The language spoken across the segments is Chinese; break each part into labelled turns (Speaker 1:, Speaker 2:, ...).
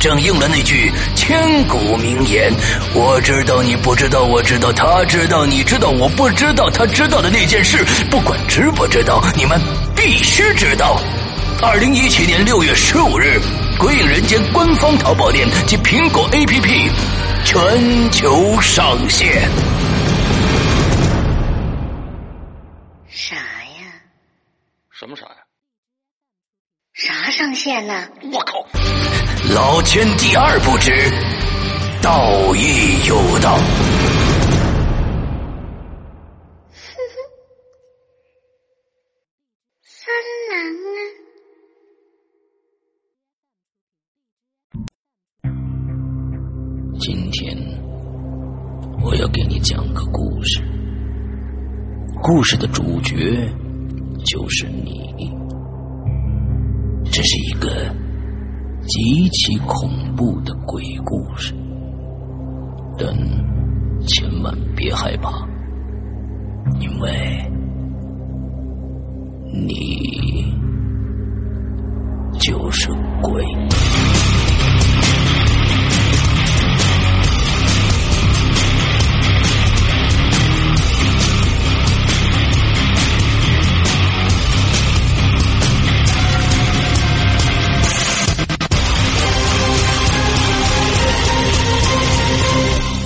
Speaker 1: 正应了那句千古名言：“我知道你不知道，我知道他知道你知道我不知道他知道的那件事，不管知不知道，你们必须知道。”二零一七年六月十五日，《鬼影人间》官方淘宝店及苹果 APP 全球上线。
Speaker 2: 啥呀？
Speaker 3: 什么啥呀？
Speaker 2: 啥上线了？
Speaker 3: 我靠！
Speaker 1: 老千第二不知，道义有道。
Speaker 2: 三郎啊！
Speaker 1: 今天我要给你讲个故事，故事的主角就是你。这是一个极其恐怖的鬼故事，但千万别害怕，因为你就是鬼。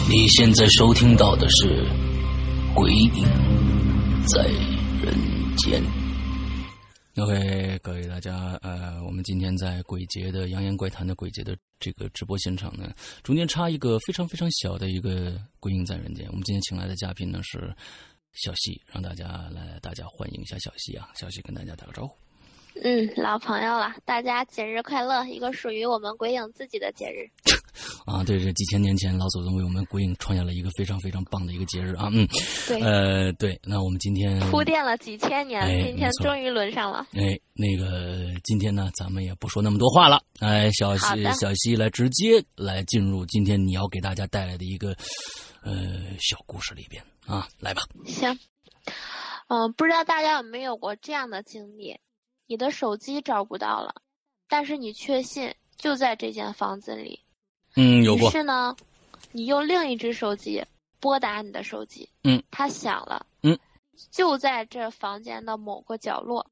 Speaker 1: 你现在收听到的是《鬼影在人间》。
Speaker 4: OK，各位大家，呃，我们今天在鬼节的《扬言怪谈》的鬼节的这个直播现场呢，中间插一个非常非常小的一个《鬼影在人间》。我们今天请来的嘉宾呢是小西，让大家来大家欢迎一下小西啊，小西跟大家打个招呼。
Speaker 5: 嗯，老朋友了，大家节日快乐！一个属于我们鬼影自己的节日。
Speaker 4: 啊，对，这几千年前老祖宗为我们鬼影创下了一个非常非常棒的一个节日啊，嗯，
Speaker 5: 对，
Speaker 4: 呃，对，那我们今天
Speaker 5: 铺垫了几千年，
Speaker 4: 哎
Speaker 5: 今天
Speaker 4: 没错
Speaker 5: 终于轮上了。
Speaker 4: 哎，那个今天呢，咱们也不说那么多话了。哎，小
Speaker 5: 好
Speaker 4: 西
Speaker 5: 的
Speaker 4: 小西来直接来进入今天你要给大家带来的一个呃小故事里边啊，来吧。
Speaker 5: 行，嗯、不知道大家有没有过这样的经历：你的手机找不到了，但是你确信就在这间房子里。
Speaker 4: 嗯，有
Speaker 5: 于
Speaker 4: 过，
Speaker 5: 是呢，你用另一只手机拨打你的手机，
Speaker 4: 嗯，
Speaker 5: 它响了，
Speaker 4: 嗯，
Speaker 5: 就在这房间的某个角落，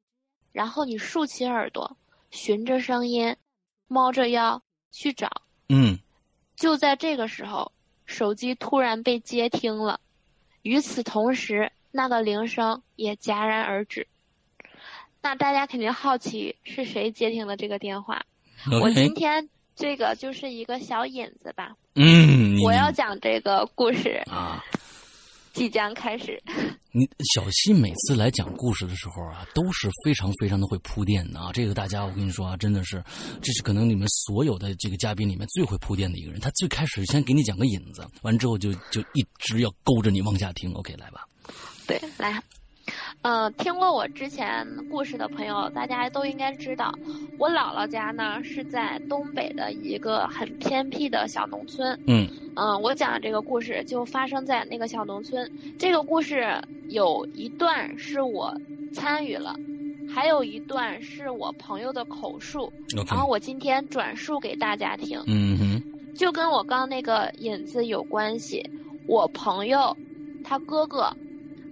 Speaker 5: 然后你竖起耳朵，循着声音，猫着腰去找，
Speaker 4: 嗯
Speaker 5: 就在这个时候，手机突然被接听了，与此同时，那个铃声也戛然而止。那大家肯定好奇是谁接听的这个电话。我
Speaker 4: ，OK，
Speaker 5: 今天这个就是一个小引子吧，
Speaker 4: 嗯，你
Speaker 5: 我要讲这个故事
Speaker 4: 啊，
Speaker 5: 即将开始。
Speaker 4: 你小西每次来讲故事的时候啊，都是非常非常的会铺垫的啊。这个大家，我跟你说啊，真的是，这是可能你们所有的这个嘉宾里面最会铺垫的一个人。他最开始先给你讲个引子，完之后就就一直要勾着你往下听。OK，来吧。
Speaker 5: 对，来，呃，听过我之前故事的朋友，大家都应该知道，我姥姥家呢是在东北的一个很偏僻的小农村。
Speaker 4: 嗯
Speaker 5: 嗯、我讲的这个故事就发生在那个小农村。嗯这个故事有一段是我参与了，还有一段是我朋友的口述，
Speaker 4: ，OK，
Speaker 5: 然后我今天转述给大家听。
Speaker 4: 嗯哼，
Speaker 5: 就跟我刚那个引子有关系。我朋友他哥哥，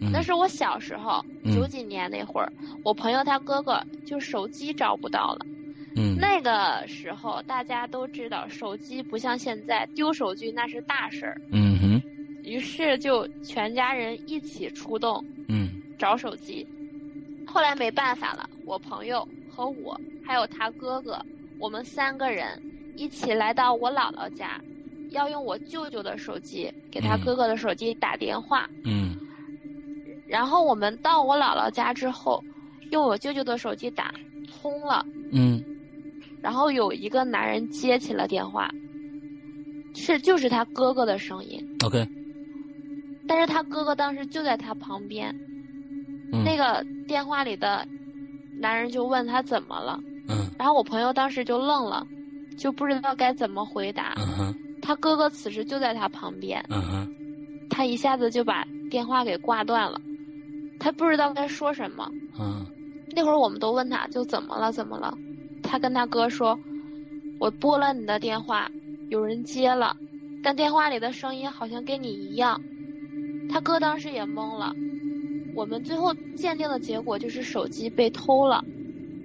Speaker 4: 嗯
Speaker 5: 那是我小时候
Speaker 4: 嗯
Speaker 5: 九几年那会儿，我朋友他哥哥就手机找不到了，
Speaker 1: 嗯
Speaker 5: 那个时候大家都知道，手机不像现在丢手机那是大事儿，
Speaker 1: 嗯哼
Speaker 5: 于是就全家人一起出动
Speaker 1: 嗯
Speaker 5: 找手机。后来没办法了，我朋友和我还有他哥哥，我们三个人一起来到我姥姥家，要用我舅舅的手机给他
Speaker 1: 嗯
Speaker 5: 哥哥的手机打电话。
Speaker 1: 嗯
Speaker 5: 然后我们到我姥姥家之后，用我舅舅的手机打通了，
Speaker 1: 嗯
Speaker 5: 然后有一个男人接起了电话，是就是他哥哥的声音，
Speaker 1: ，OK，
Speaker 5: 但是他哥哥当时就在他旁边。
Speaker 1: 嗯
Speaker 5: 那个电话里的男人就问他怎么了，
Speaker 1: 嗯
Speaker 5: 然后我朋友当时就愣了，就不知道该怎么回答。
Speaker 1: 嗯哼
Speaker 5: 他哥哥此时就在他旁边，
Speaker 1: 嗯哼
Speaker 5: 他一下子就把电话给挂断了，他不知道该说什么。
Speaker 1: 嗯
Speaker 5: 那会儿我们都问他就怎么了怎么了，他跟他哥说，我拨了你的电话，有人接了，但电话里的声音好像跟你一样。他哥当时也懵了。我们最后鉴定的结果就是手机被偷了，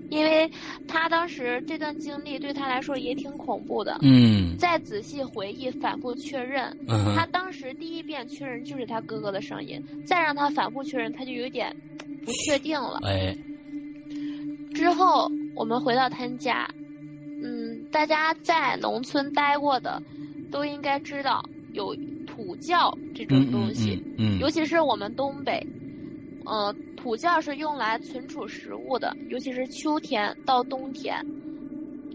Speaker 5: 因为他当时这段经历对他来说也挺恐怖的。
Speaker 1: 嗯
Speaker 5: 再仔细回忆，反复确认，
Speaker 1: 嗯
Speaker 5: 他
Speaker 1: 哼
Speaker 5: 当时第一遍确认就是他哥哥的声音，再让他反复确认，他就有点不确定了。
Speaker 1: 哎
Speaker 5: 之后我们回到他家，嗯，大家在农村待过的都应该知道有土窖这种
Speaker 1: 嗯
Speaker 5: 东
Speaker 1: 嗯
Speaker 5: 西，
Speaker 1: 嗯
Speaker 5: 尤其是我们东北，呃，土窖是用来存储食物的，尤其是秋天到冬天。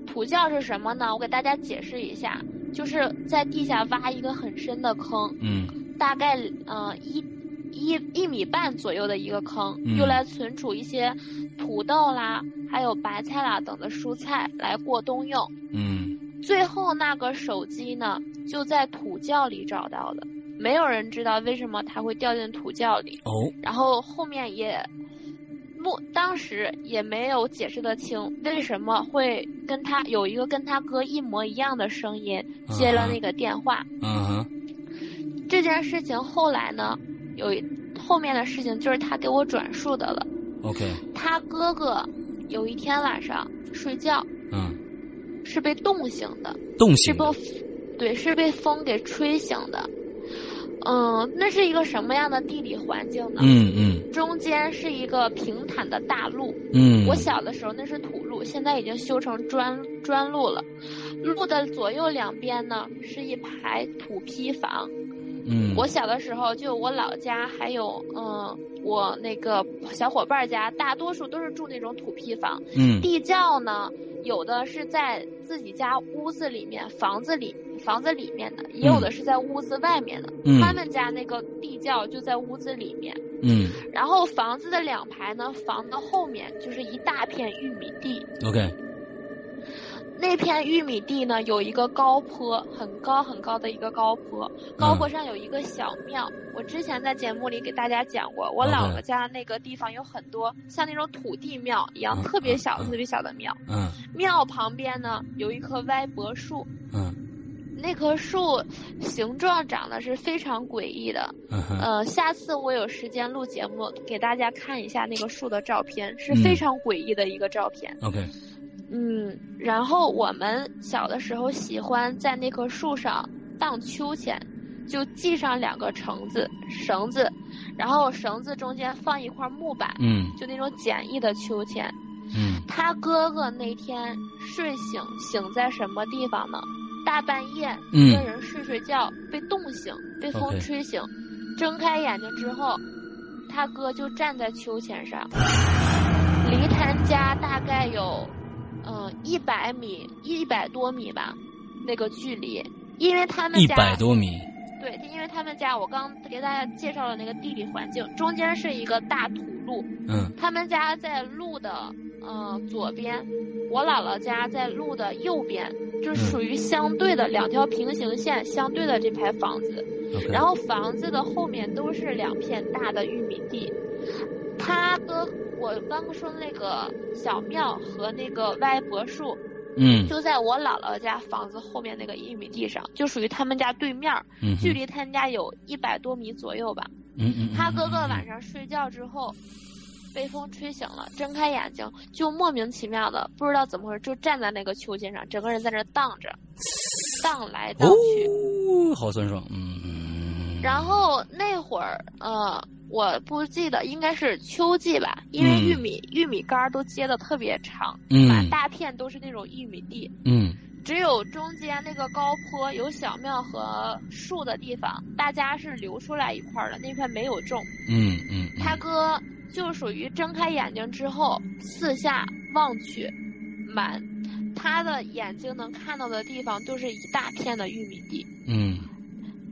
Speaker 5: 土窖是什么呢？我给大家解释一下，就是在地下挖一个很深的坑，
Speaker 1: 嗯
Speaker 5: 大概呃一一一米半左右的一个坑，
Speaker 1: 嗯
Speaker 5: 用来存储一些土豆啦，还有白菜啦等的蔬菜来过冬用。
Speaker 1: 嗯
Speaker 5: 最后那个手机呢，就在土窖里找到的，没有人知道为什么它会掉进土窖里。
Speaker 1: 哦
Speaker 5: 然后后面也，目当时也没有解释得清为什么会跟他有一个跟他哥一模一样的声音接了那个电话。
Speaker 1: 嗯哼
Speaker 5: 这件事情后来呢，有一后面的事情就是他给我转述的了。
Speaker 1: OK
Speaker 5: 他哥哥有一天晚上睡觉
Speaker 1: 嗯
Speaker 5: 是被冻醒的，
Speaker 1: 动
Speaker 5: 是
Speaker 1: 性
Speaker 5: 被
Speaker 1: 的
Speaker 5: 对是被风给吹醒的。嗯，那是一个什么样的地理环境呢？
Speaker 1: 嗯嗯
Speaker 5: 中间是一个平坦的大路，
Speaker 1: 嗯
Speaker 5: 我小的时候那是土路，现在已经修成砖砖路了。路的左右两边呢是一排土坯房，
Speaker 1: 嗯
Speaker 5: 我小的时候，就我老家还有嗯，我那个小伙伴家，大多数都是住那种土坯房。
Speaker 1: 嗯
Speaker 5: 地窖呢，有的是在自己家屋子里面、房子里、房子里面的，也有的是在屋子外面的。
Speaker 1: 嗯
Speaker 5: 他们家那个地窖就在屋子里面，
Speaker 1: 嗯
Speaker 5: 然后房子的两排呢，房的后面就是一大片玉米地。
Speaker 1: OK
Speaker 5: 那片玉米地呢，有一个高坡，很高很高的一个高坡，高
Speaker 1: 嗯
Speaker 5: 坡上有一个小庙。我之前在节目里给大家讲过，我
Speaker 1: OK
Speaker 5: 姥姥家那个地方有很多像那种土地庙一样
Speaker 1: 嗯
Speaker 5: 特别小、
Speaker 1: 嗯嗯
Speaker 5: 特别小的庙。
Speaker 1: 嗯
Speaker 5: 庙旁边呢有一棵歪脖树，
Speaker 1: 嗯
Speaker 5: 那棵树形状长得是非常诡异的。
Speaker 1: 嗯哼
Speaker 5: 呃，下次我有时间录节目给大家看一下那个树的照片，是
Speaker 1: 嗯
Speaker 5: 非常诡异的一个照片。
Speaker 1: OK
Speaker 5: 嗯，然后我们小的时候喜欢在那棵树上荡秋千，就系上两个绳子，绳子，然后绳子中间放一块木板，
Speaker 1: 嗯
Speaker 5: 就那种简易的秋千。
Speaker 1: 嗯
Speaker 5: 他哥哥那天睡醒，醒在什么地方呢？大半夜一个
Speaker 1: 嗯
Speaker 5: 人睡睡觉被冻醒，被风
Speaker 1: OK
Speaker 5: 吹醒，睁开眼睛之后，他哥就站在秋千上，离他家大概有，呃，一百米，一百多米吧，那个距离。因为他们
Speaker 1: 一
Speaker 5: 家
Speaker 1: 百多米
Speaker 5: 对，因为他们家我刚给大家介绍了那个地理环境，中间是一个大土路，
Speaker 1: 嗯
Speaker 5: 他们家在路的呃左边，我姥姥家在路的右边，就是属于相对的两条平行线相对的这排房子，
Speaker 1: OK
Speaker 5: 然后房子的后面都是两片大的玉米地。他跟我刚刚说的那个小庙和那个歪脖树，
Speaker 1: 嗯
Speaker 5: 就在我姥姥家房子后面那个玉米地上，就属于他们家对面儿，
Speaker 1: 嗯
Speaker 5: 距离他们家有一百多米左右吧。
Speaker 1: 嗯嗯
Speaker 5: 他哥哥晚上睡觉之后，被风吹醒了，睁开眼睛就莫名其妙的不知道怎么回事，就站在那个秋千上，整个人在那儿荡着，荡来荡去。
Speaker 1: 哦，好酸爽，嗯。
Speaker 5: 然后那会儿，呃，我不记得应该是秋季吧，因为玉米、玉米杆儿都结的特别长，
Speaker 1: 嗯
Speaker 5: 大片都是那种玉米地，
Speaker 1: 嗯
Speaker 5: 只有中间那个高坡有小庙和树的地方，大家是留出来一块儿的，那块没有种。
Speaker 1: 嗯嗯，
Speaker 5: 他哥就属于睁开眼睛之后四下望去，满他的眼睛能看到的地方就是一大片的玉米地。
Speaker 1: 嗯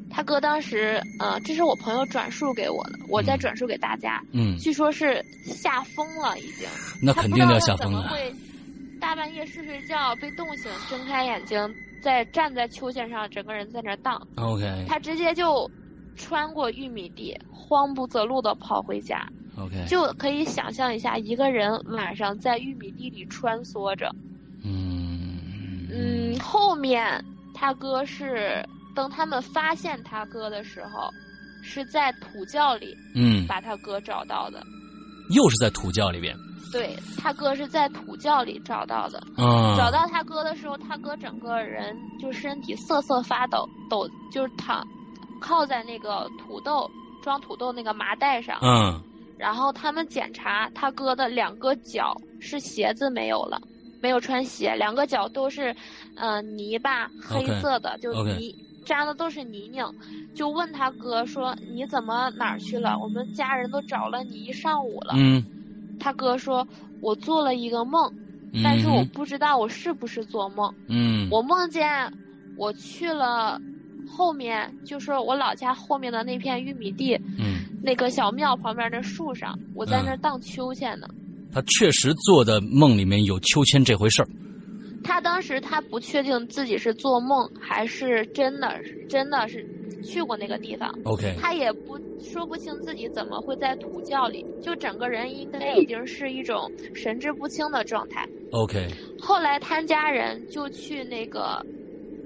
Speaker 5: 他哥当时，呃，这是我朋友转述给我的，我再
Speaker 1: 嗯
Speaker 5: 转述给大家。
Speaker 1: 嗯，
Speaker 5: 据说是吓疯了，已经。
Speaker 1: 那
Speaker 5: 他
Speaker 1: 肯
Speaker 5: 不
Speaker 1: 定
Speaker 5: 知道
Speaker 1: 要
Speaker 5: 他
Speaker 1: 吓
Speaker 5: 怎
Speaker 1: 疯
Speaker 5: 么
Speaker 1: 了，
Speaker 5: 会大半夜睡睡觉被冻醒，睁开眼睛，在站在秋千上，整个人在那儿荡。
Speaker 1: OK
Speaker 5: 他直接就穿过玉米地，慌不择路的跑回家。
Speaker 1: OK，
Speaker 5: 就可以想象一下，一个人晚上在玉米地里穿梭着。
Speaker 1: 嗯
Speaker 5: 嗯，后面他哥是等他们发现他哥的时候，是在土窖里
Speaker 1: 嗯，
Speaker 5: 把他哥找到的。
Speaker 1: 又是在土窖里边
Speaker 5: 对他哥是在土窖里找到的。
Speaker 1: 啊，
Speaker 5: 找到他哥的时候，他哥整个人就身体瑟瑟发抖，抖就是躺，靠在那个土豆装土豆那个麻袋上。
Speaker 1: 嗯
Speaker 5: 然后他们检查他哥的两个脚是鞋子没有了，没有穿鞋，两个脚都是，呃，泥巴
Speaker 1: OK，
Speaker 5: 黑色的就
Speaker 1: OK
Speaker 5: 泥粘的都是泥泞。就问他哥说：“你怎么哪儿去了？我们家人都找了你一上午了。
Speaker 1: 嗯，
Speaker 5: 他哥说：“我做了一个梦，但是我不知道我是不是做梦。
Speaker 1: 嗯
Speaker 5: 我梦见我去了后面，就是我老家后面的那片玉米地，
Speaker 1: 嗯，
Speaker 5: 那个小庙旁边的树上，我在那儿荡秋千呢。
Speaker 1: 他确实做的梦里面有秋千这回事儿，
Speaker 5: 他当时他不确定自己是做梦还是真的，真的是去过那个地方。
Speaker 1: OK
Speaker 5: 他也不说不清自己怎么会在土窖里，就整个人应该已经是一种神志不清的状态。
Speaker 1: OK，
Speaker 5: 后来他家人就去那个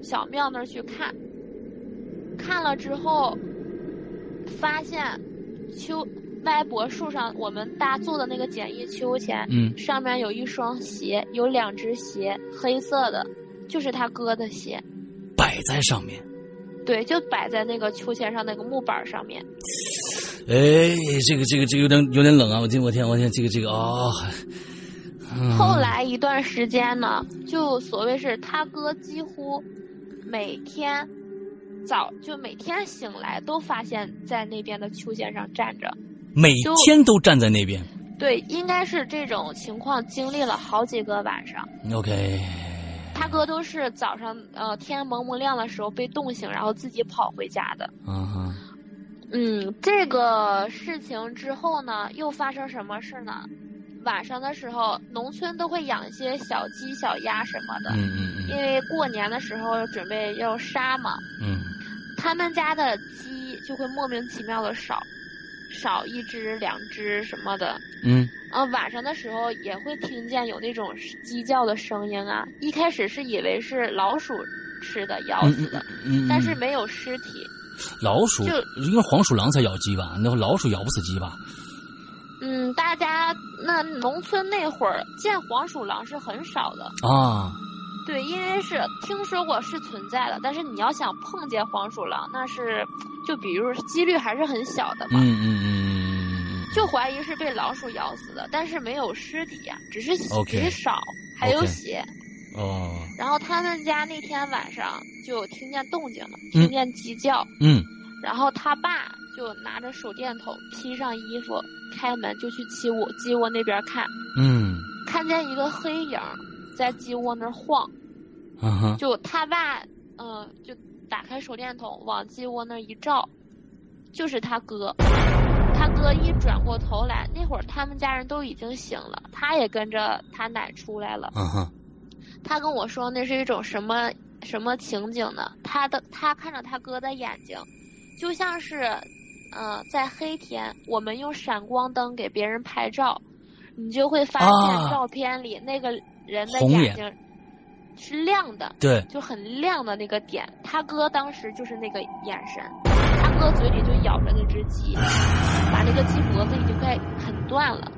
Speaker 5: 小庙那儿去看，看了之后，发现秋歪脖树上我们搭做的那个简易秋千，
Speaker 1: 嗯
Speaker 5: 上面有一双鞋，有两只鞋，黑色的，就是他哥的鞋，
Speaker 1: 摆在上面，
Speaker 5: 对，就摆在那个秋千上那个木板上面。
Speaker 1: 哎，这个这个这个有点有点冷啊，我天我天我天，这个这个啊，嗯
Speaker 5: 后来一段时间呢，就所谓是他哥几乎每天早就每天醒来都发现，在那边的秋千上站着。
Speaker 1: 每天都站在那边
Speaker 5: 对，应该是这种情况经历了好几个晚上。
Speaker 1: ，OK，
Speaker 5: 他哥都是早上呃天蒙蒙亮的时候被冻醒，然后自己跑回家的。
Speaker 1: 啊哈，
Speaker 5: 嗯，这个事情之后呢，又发生什么事呢？晚上的时候，农村都会养一些小鸡、小鸭什么的。
Speaker 1: 嗯嗯嗯
Speaker 5: 因为过年的时候准备要杀嘛，
Speaker 1: 嗯，
Speaker 5: 他们家的鸡就会莫名其妙的少，少一只、两只什么的。
Speaker 1: 嗯
Speaker 5: 呃，晚上的时候也会听见有那种鸡叫的声音啊。一开始是以为是老鼠吃的咬
Speaker 1: 嗯
Speaker 5: 死的，
Speaker 1: 嗯，
Speaker 5: 但是没有尸体。
Speaker 1: 老鼠
Speaker 5: 就
Speaker 1: 应该黄鼠狼才咬鸡吧？那老鼠咬不死鸡吧？
Speaker 5: 嗯，大家那农村那会儿见黄鼠狼是很少的，
Speaker 1: 啊，
Speaker 5: 对，因为是听说过是存在的，但是你要想碰见黄鼠狼，那是就比如几率还是很小的嘛。
Speaker 1: 嗯嗯嗯嗯
Speaker 5: 就怀疑是被老鼠咬死的，但是没有尸体呀、只是血
Speaker 1: OK
Speaker 5: 只是少，还有
Speaker 1: OK
Speaker 5: 血。
Speaker 1: 嗯，哦，
Speaker 5: 然后他们家那天晚上就听见动静了，
Speaker 1: 嗯
Speaker 5: 听见鸡叫，
Speaker 1: 嗯
Speaker 5: 然后他爸就拿着手电筒披上衣服，开门就去鸡窝鸡窝那边看，
Speaker 1: 嗯，
Speaker 5: 看见一个黑影儿在鸡窝那儿晃，
Speaker 1: 啊哈，
Speaker 5: 就他爸嗯、呃就打开手电筒往鸡窝那儿一照，就是他哥。他哥一转过头来，那会儿他们家人都已经醒了，他也跟着他奶出来了。
Speaker 1: 啊哈，
Speaker 5: 他跟我说那是一种什么什么情景呢？他的他看着他哥的眼睛，就像是，呃，在黑天我们用闪光灯给别人拍照，你就会发
Speaker 1: 啊
Speaker 5: 现照片里那个人的
Speaker 1: 红眼
Speaker 5: 眼睛是亮的，
Speaker 1: 对，
Speaker 5: 就很亮的那个点。他哥当时就是那个眼神，他哥嘴里就咬着那只鸡，把那个鸡脖子已经快啃断了。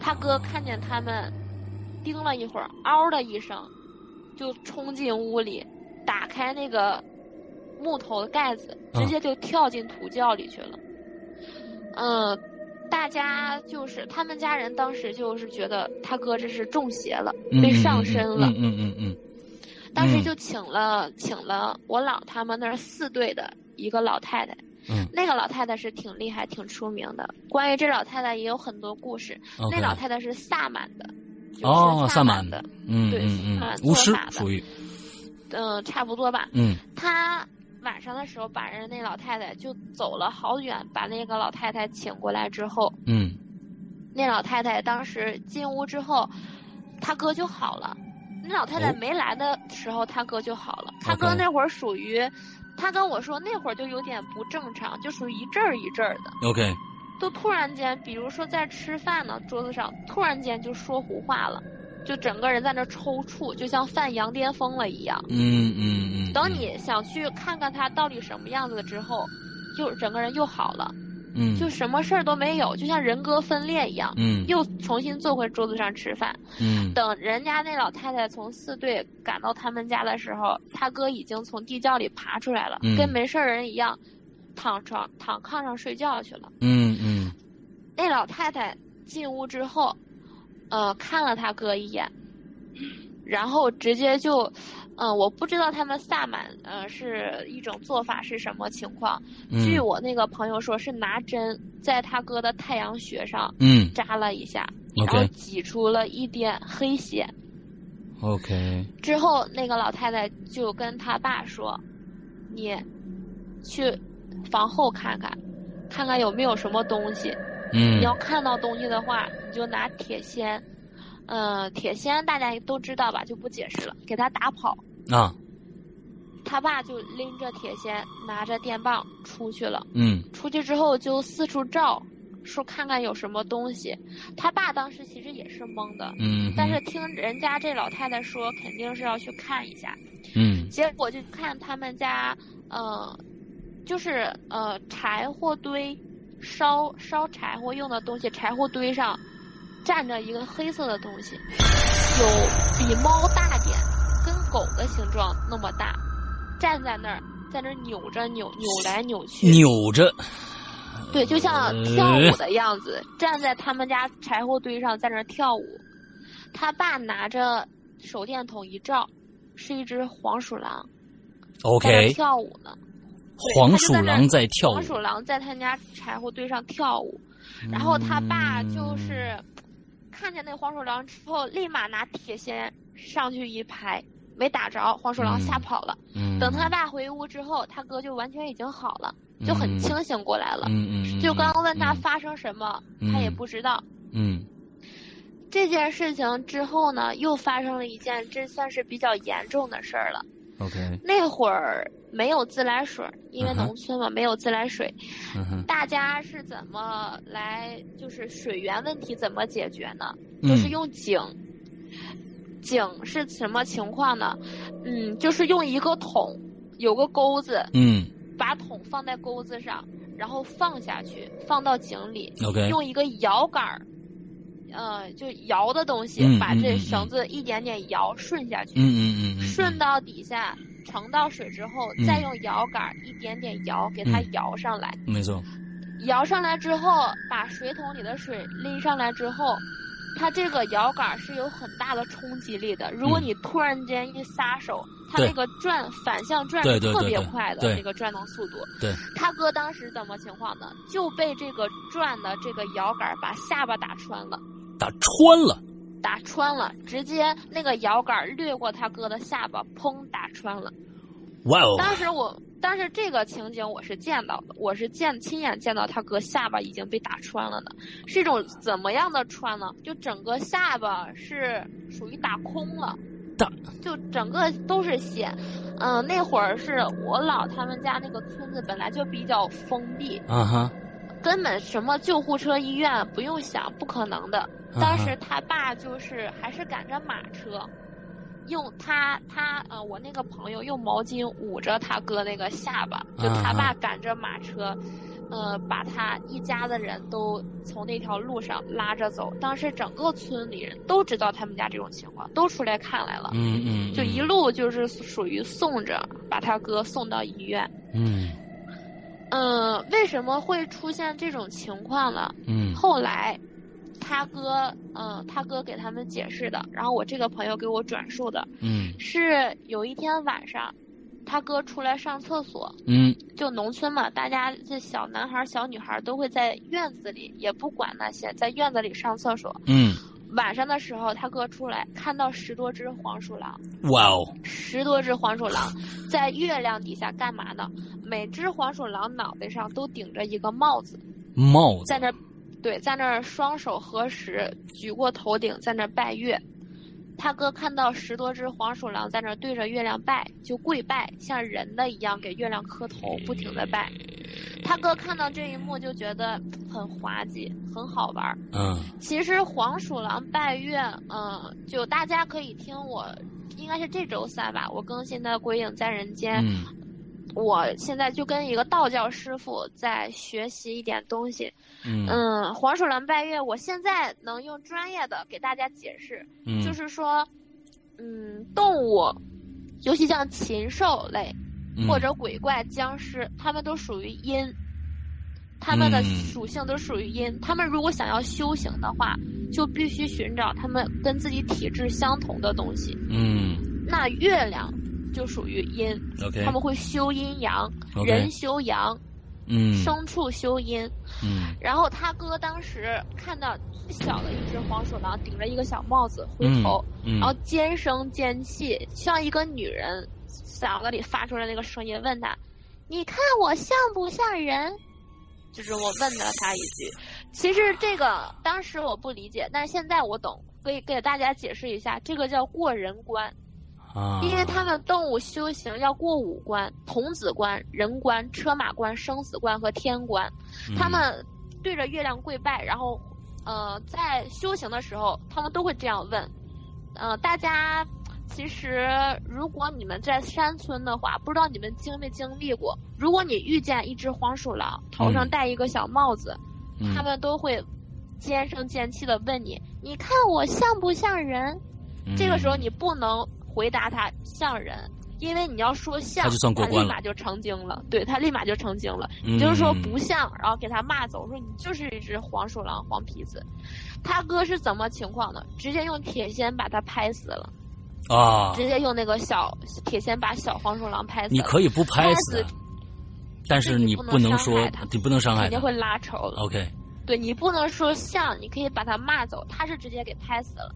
Speaker 5: 他哥看见他们，盯了一会儿，嗷的一声，就冲进屋里，打开那个木头的盖子，
Speaker 1: 嗯
Speaker 5: 直接就跳进土窖里去了。嗯，大家就是他们家人当时就是觉得他哥这是中邪了，被上身了。
Speaker 1: 嗯嗯嗯嗯
Speaker 5: 当时
Speaker 1: 嗯
Speaker 5: 就请了请了我姥他们那儿四队的一个老太太，
Speaker 1: 嗯
Speaker 5: 那个老太太是挺厉害、挺出名的。关于这老太太也有很多故事。
Speaker 1: ，OK，
Speaker 5: 那老太太是萨满的，就是
Speaker 1: 哦萨
Speaker 5: 萨
Speaker 1: 满
Speaker 5: 的，
Speaker 1: 嗯
Speaker 5: 对
Speaker 1: 嗯嗯
Speaker 5: 啊，
Speaker 1: 巫师
Speaker 5: 做法的
Speaker 1: 属于
Speaker 5: 嗯、差不多吧。
Speaker 1: 嗯
Speaker 5: 她晚上的时候把人那老太太就走了好远，把那个老太太请过来之后，
Speaker 1: 嗯
Speaker 5: 那老太太当时进屋之后，她哥就好了。那老太太
Speaker 1: 哦
Speaker 5: 没来的时候，她哥就好了。她
Speaker 1: OK
Speaker 5: 哥那会儿属于，她跟我说那会儿就有点不正常，就属于一阵儿一阵儿的，
Speaker 1: ，OK，
Speaker 5: 都突然间，比如说在吃饭呢，桌子上突然间就说胡话了，就整个人在那抽搐，就像犯羊癫疯了一样。
Speaker 1: 嗯嗯嗯，
Speaker 5: 等你想去看看她到底什么样子之后，又整个人又好了，
Speaker 1: 嗯
Speaker 5: 就什么事儿都没有，就像人格分裂一样。
Speaker 1: 嗯
Speaker 5: 又重新坐回桌子上吃饭。
Speaker 1: 嗯
Speaker 5: 等人家那老太太从四队赶到他们家的时候，他哥已经从地窖里爬出来了，
Speaker 1: 嗯
Speaker 5: 跟没事儿人一样，躺床躺炕上睡觉去了。
Speaker 1: 嗯嗯
Speaker 5: 那老太太进屋之后，呃，看了他哥一眼，然后直接就，嗯、我不知道他们萨满呃是一种做法是什么情况。
Speaker 1: 嗯，
Speaker 5: 据我那个朋友说，是拿针在他哥的太阳穴上
Speaker 1: 嗯
Speaker 5: 扎了一下，然后
Speaker 1: ，OK
Speaker 5: 挤出了一点黑血。
Speaker 1: OK，
Speaker 5: 之后，那个老太太就跟他爸说：“你去房后看看，看看有没有什么东西。
Speaker 1: 嗯
Speaker 5: 你要看到东西的话，你就拿铁锨。嗯，铁锨大家都知道吧，就不解释了。给他打跑，
Speaker 1: 啊，
Speaker 5: 他爸就拎着铁锨，拿着电棒出去了。
Speaker 1: 嗯
Speaker 5: 出去之后就四处照，说看看有什么东西。他爸当时其实也是懵的，
Speaker 1: 嗯，
Speaker 5: 但是听人家这老太太说，肯定是要去看一下。
Speaker 1: 嗯
Speaker 5: 结果就看他们家，呃，就是呃柴火堆，烧烧柴火用的东西，柴火堆上站着一个黑色的东西，有比猫大点，跟狗的形状那么大，站在那儿，在那儿扭着扭扭来扭去，
Speaker 1: 扭着，
Speaker 5: 对，就像
Speaker 1: 嗯
Speaker 5: 跳舞的样子，站在他们家柴火堆上在那儿跳舞。他爸拿着手电筒一照，是一只黄鼠狼在那儿
Speaker 1: OK，
Speaker 5: 跳舞呢。
Speaker 1: 黄鼠狼在跳
Speaker 5: 黄
Speaker 1: 舞，
Speaker 5: 鼠狼在他家柴火堆上跳舞，然后他爸就是
Speaker 1: 嗯
Speaker 5: 看见那黄鼠狼之后，立马拿铁锨上去一排，没打着，黄鼠狼
Speaker 1: 嗯
Speaker 5: 吓跑了。
Speaker 1: 嗯，
Speaker 5: 等他爸回屋之后，他哥就完全已经好了，就很清醒过来了。
Speaker 1: 嗯嗯，
Speaker 5: 就刚刚问他发生什么，
Speaker 1: 嗯
Speaker 5: 他也不知道。
Speaker 1: 嗯
Speaker 5: 这件事情之后呢，又发生了一件，这算是比较严重的事儿了。
Speaker 1: 嗯 OK，
Speaker 5: 那会儿没有自来水，因为
Speaker 1: 嗯哼
Speaker 5: 农村嘛，没有自来水，
Speaker 1: 嗯哼，
Speaker 5: 大家是怎么来就是水源问题怎么解决呢？
Speaker 1: 就
Speaker 5: 就是用井。井是什么情况呢？嗯，就是用一个桶，有个钩子，
Speaker 1: 嗯
Speaker 5: 把桶放在钩子上，然后放下去，放到井里，
Speaker 1: OK，
Speaker 5: 用一个摇杆儿，呃，就摇的东西，
Speaker 1: 嗯
Speaker 5: 把
Speaker 1: 嗯
Speaker 5: 这
Speaker 1: 嗯
Speaker 5: 绳子一点点摇顺下去，
Speaker 1: 嗯嗯嗯
Speaker 5: 顺到底下，盛到水之后，
Speaker 1: 嗯
Speaker 5: 再用摇杆儿一点点摇，给它
Speaker 1: 嗯
Speaker 5: 摇上来。
Speaker 1: 没错，
Speaker 5: 摇上来之后，把水桶里的水拎上来之后。它这个摇杆儿是有很大的冲击力的，如果
Speaker 1: 嗯
Speaker 5: 你突然间一撒手，它
Speaker 1: 对
Speaker 5: 那个转反向转
Speaker 1: 对
Speaker 5: 是
Speaker 1: 对
Speaker 5: 特
Speaker 1: 对
Speaker 5: 别
Speaker 1: 对
Speaker 5: 快的
Speaker 1: 对
Speaker 5: 那个转动速度。
Speaker 1: 对，
Speaker 5: 他哥当时怎么情况呢？就被这个转的这个摇杆儿把下巴打穿了，
Speaker 1: 打穿了，
Speaker 5: 打穿了，直接那个摇杆儿掠过他哥的下巴，砰打穿了。
Speaker 1: 哇哦，
Speaker 5: 当时我，当时这个情景我是见到的，我是见亲眼见到他哥下巴已经被打穿了的，是一种怎么样的穿呢？就整个下巴是属于打空了，
Speaker 1: 打
Speaker 5: 就整个都是血。嗯、那会儿是我姥他们家那个村子本来就比较封闭，
Speaker 1: 啊哈，
Speaker 5: 根本什么救护车、医院不用想，不可能的。
Speaker 1: 嗯
Speaker 5: 当时他爸就是还是赶着马车，用他他呃我那个朋友用毛巾捂着他哥那个下巴，就
Speaker 1: 啊
Speaker 5: 他
Speaker 1: 啊
Speaker 5: 爸赶着马车，呃，把他一家的人都从那条路上拉着走。当时整个村里人都知道他们家这种情况，都出来看来了，
Speaker 1: 嗯嗯，
Speaker 5: 就一路就是属于送着把他哥送到医院。
Speaker 1: 嗯
Speaker 5: 嗯，为什么会出现这种情况呢？
Speaker 1: 嗯
Speaker 5: 后来，他哥，嗯，他哥给他们解释的，然后我这个朋友给我转述的，
Speaker 1: 嗯
Speaker 5: 是有一天晚上，他哥出来上厕所，
Speaker 1: 嗯
Speaker 5: 就农村嘛，大家这小男孩儿、小女孩儿都会在院子里，也不管那些，在院子里上厕所。
Speaker 1: 嗯，
Speaker 5: 晚上的时候，他哥出来看到十多只黄鼠狼，
Speaker 1: 哇哦，
Speaker 5: 十多只黄鼠狼在月亮底下干嘛呢？每只黄鼠狼脑袋上都顶着一个帽子，
Speaker 1: 帽子
Speaker 5: 在那儿，对，在那儿双手合十，举过头顶，在那儿拜月。他哥看到十多只黄鼠狼在那儿对着月亮拜，就跪拜，像人的一样给月亮磕头，不停的拜。他哥看到这一幕就觉得很滑稽，很好玩儿。
Speaker 1: 嗯
Speaker 5: 其实黄鼠狼拜月，嗯、就大家可以听我，应该是这周三吧，我更新的《鬼影在人间》
Speaker 1: 嗯
Speaker 5: 我现在就跟一个道教师傅在学习一点东西。
Speaker 1: 嗯
Speaker 5: 嗯，黄鼠狼拜月，我现在能用专业的给大家解释，
Speaker 1: 嗯，
Speaker 5: 就是说，嗯，动物，尤其像禽兽类
Speaker 1: 嗯
Speaker 5: 或者鬼怪、僵尸，它们都属于阴，它们的
Speaker 1: 嗯
Speaker 5: 属性都属于阴。它们如果想要修行的话，就必须寻找它们跟自己体质相同的东西。
Speaker 1: 嗯
Speaker 5: 那月亮就属于阴，
Speaker 1: ，OK，
Speaker 5: 他们会修阴阳
Speaker 1: OK
Speaker 5: 人修阳，
Speaker 1: 嗯
Speaker 5: 牲畜修阴。
Speaker 1: 嗯
Speaker 5: 然后他哥当时看到最小的一只黄鼠狼顶着一个小帽子回头，
Speaker 1: 嗯，
Speaker 5: 然后尖声尖气，像一个女人嗓子里发出来那个声音，问他：“你看我像不像人？”就是我问了他一句。其实这个当时我不理解，但是现在我懂，可以给大家解释一下，这个叫过人观，
Speaker 1: 啊，
Speaker 5: 因为他们动物修行要过五关：童子关、人关、车马关、生死关和天关。
Speaker 1: 嗯
Speaker 5: 他们对着月亮跪拜，然后，呃，在修行的时候，他们都会这样问，呃，大家其实如果你们在山村的话，不知道你们经没经历过，如果你遇见一只黄鼠狼，头上
Speaker 1: 嗯
Speaker 5: 戴一个小帽子，
Speaker 1: 嗯
Speaker 5: 他们都会尖声尖气的问你，你看我像不像人？
Speaker 1: 嗯
Speaker 5: 这个时候你不能回答他像人。因为你要说像，
Speaker 1: 他就算过关
Speaker 5: 立
Speaker 1: 了
Speaker 5: 马就成精了。对他立马就成精了。
Speaker 1: 嗯
Speaker 5: 你就是说不像，然后给他骂走，说你就是一只黄鼠狼、黄皮子。他哥是怎么情况呢？直接用铁锨把他拍死了，
Speaker 1: 啊，
Speaker 5: 直接用那个小铁锨把小黄鼠狼拍死
Speaker 1: 你
Speaker 5: 了。
Speaker 1: 可以不拍死
Speaker 5: 拍死，
Speaker 1: 但是你不能说你不能伤害
Speaker 5: 肯定
Speaker 1: 他
Speaker 5: 会拉仇的。
Speaker 1: ，OK，
Speaker 5: 对你不能说像，你可以把他骂走，他是直接给拍死了。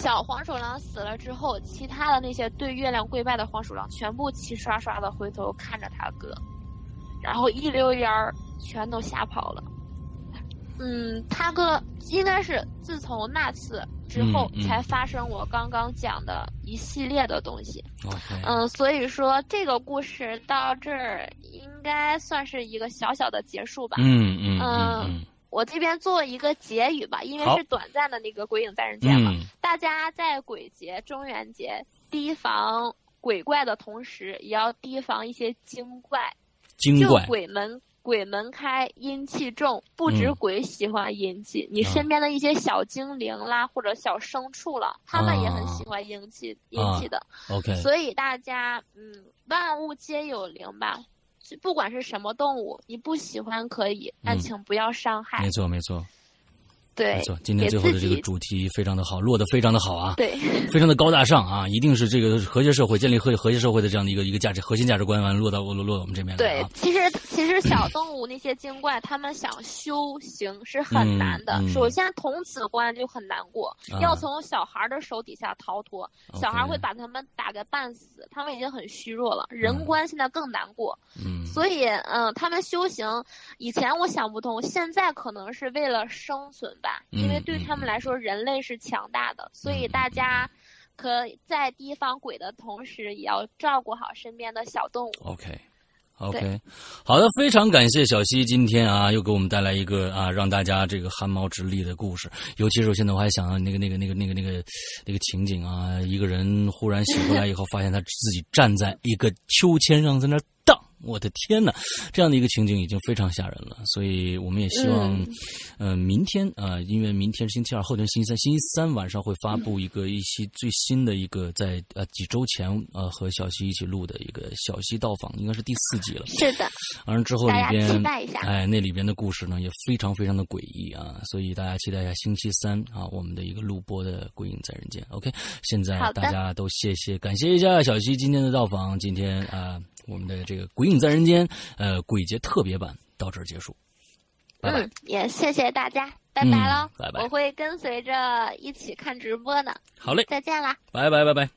Speaker 5: 小黄鼠狼死了之后，其他的那些对月亮跪拜的黄鼠狼全部齐刷刷的回头看着他哥，然后一溜烟儿全都吓跑了。嗯，他哥应该是自从那次之后
Speaker 1: 嗯嗯
Speaker 5: 才发生我刚刚讲的一系列的东西。
Speaker 1: OK，
Speaker 5: 嗯，所以说这个故事到这儿应该算是一个小小的结束吧。
Speaker 1: 嗯嗯嗯
Speaker 5: 我这边做一个结语吧，因
Speaker 1: 好
Speaker 5: 为是短暂的那个《鬼影在人间》嘛。
Speaker 1: 嗯
Speaker 5: 大家在鬼节、中元节提防鬼怪的同时，也要提防一些精怪。
Speaker 1: 精怪
Speaker 5: 就鬼门鬼门开，阴气重，不止
Speaker 1: 嗯
Speaker 5: 鬼喜欢阴气，你
Speaker 1: 啊
Speaker 5: 身边的一些小精灵啦，或者小牲畜了，他们也很
Speaker 1: 啊
Speaker 5: 喜欢阴气、
Speaker 1: 啊
Speaker 5: 阴气的。
Speaker 1: ，OK，
Speaker 5: 所以大家，嗯，万物皆有灵吧。是不管是什么动物，你不喜欢可以，但
Speaker 1: 嗯
Speaker 5: 请不要伤害。
Speaker 1: 没错没错
Speaker 5: 对，
Speaker 1: 没错，今天最后的这个
Speaker 5: 给自己
Speaker 1: 主题非常的好，落得非常的好啊，
Speaker 5: 对，
Speaker 1: 非常的高大上啊，一定是这个和谐社会建立和和谐社会的这样的一个一个价值核心价值观，完落到落落到我们这边来
Speaker 5: 对
Speaker 1: 啊，，
Speaker 5: 其实其实小动物那些精怪，他们想修行是很难的。
Speaker 1: 嗯嗯
Speaker 5: 首先，童子关就很难过，
Speaker 1: 啊
Speaker 5: 要从小孩的手底下逃脱，
Speaker 1: OK
Speaker 5: 小孩会把他们打个半死，他们已经很虚弱了。人关现在更难过，
Speaker 1: 嗯
Speaker 5: 所以嗯，他们修行以前我想不通，现在可能是为了生存吧，
Speaker 1: 嗯
Speaker 5: 因为对他们来说，人类是强大的，所以大家。可在提防鬼的同时，也要照顾好身边的小动物。
Speaker 1: OK。OK，好的，非常感谢小溪今天啊，又给我们带来一个啊，让大家这个汗毛直立的故事。尤其是我现在我还想到那个那个那个那个那个那个情景啊，一个人忽然醒过来以后，发现他自己站在一个秋千上，在那儿荡我的天哪，这样的一个情景已经非常吓人了，所以我们也希望，呃，明天啊、呃因为明天是星期二，后天是星期三，星期三晚上会发布一个一期最新的一个在呃几周前呃和小西一起录的一个小西到访，应该是第四集了。
Speaker 5: 是的，
Speaker 1: 完了之后里
Speaker 5: 大家
Speaker 1: 边
Speaker 5: 期待一下，
Speaker 1: 哎，那里边的故事呢也非常非常的诡异啊，所以大家期待一下星期三啊我们的一个录播的《鬼影在人间》。OK，现在
Speaker 5: 好的
Speaker 1: 大家都谢谢，感谢一下小西今天的到访，今天啊、我们的这个《鬼影在人间》呃鬼节特别版到这儿结束，拜拜。
Speaker 5: 嗯，也谢谢大家，拜拜喽、
Speaker 1: 嗯拜拜
Speaker 5: 我会跟随着一起看直播的，
Speaker 1: 好嘞，
Speaker 5: 再见啦。
Speaker 1: 拜拜拜拜。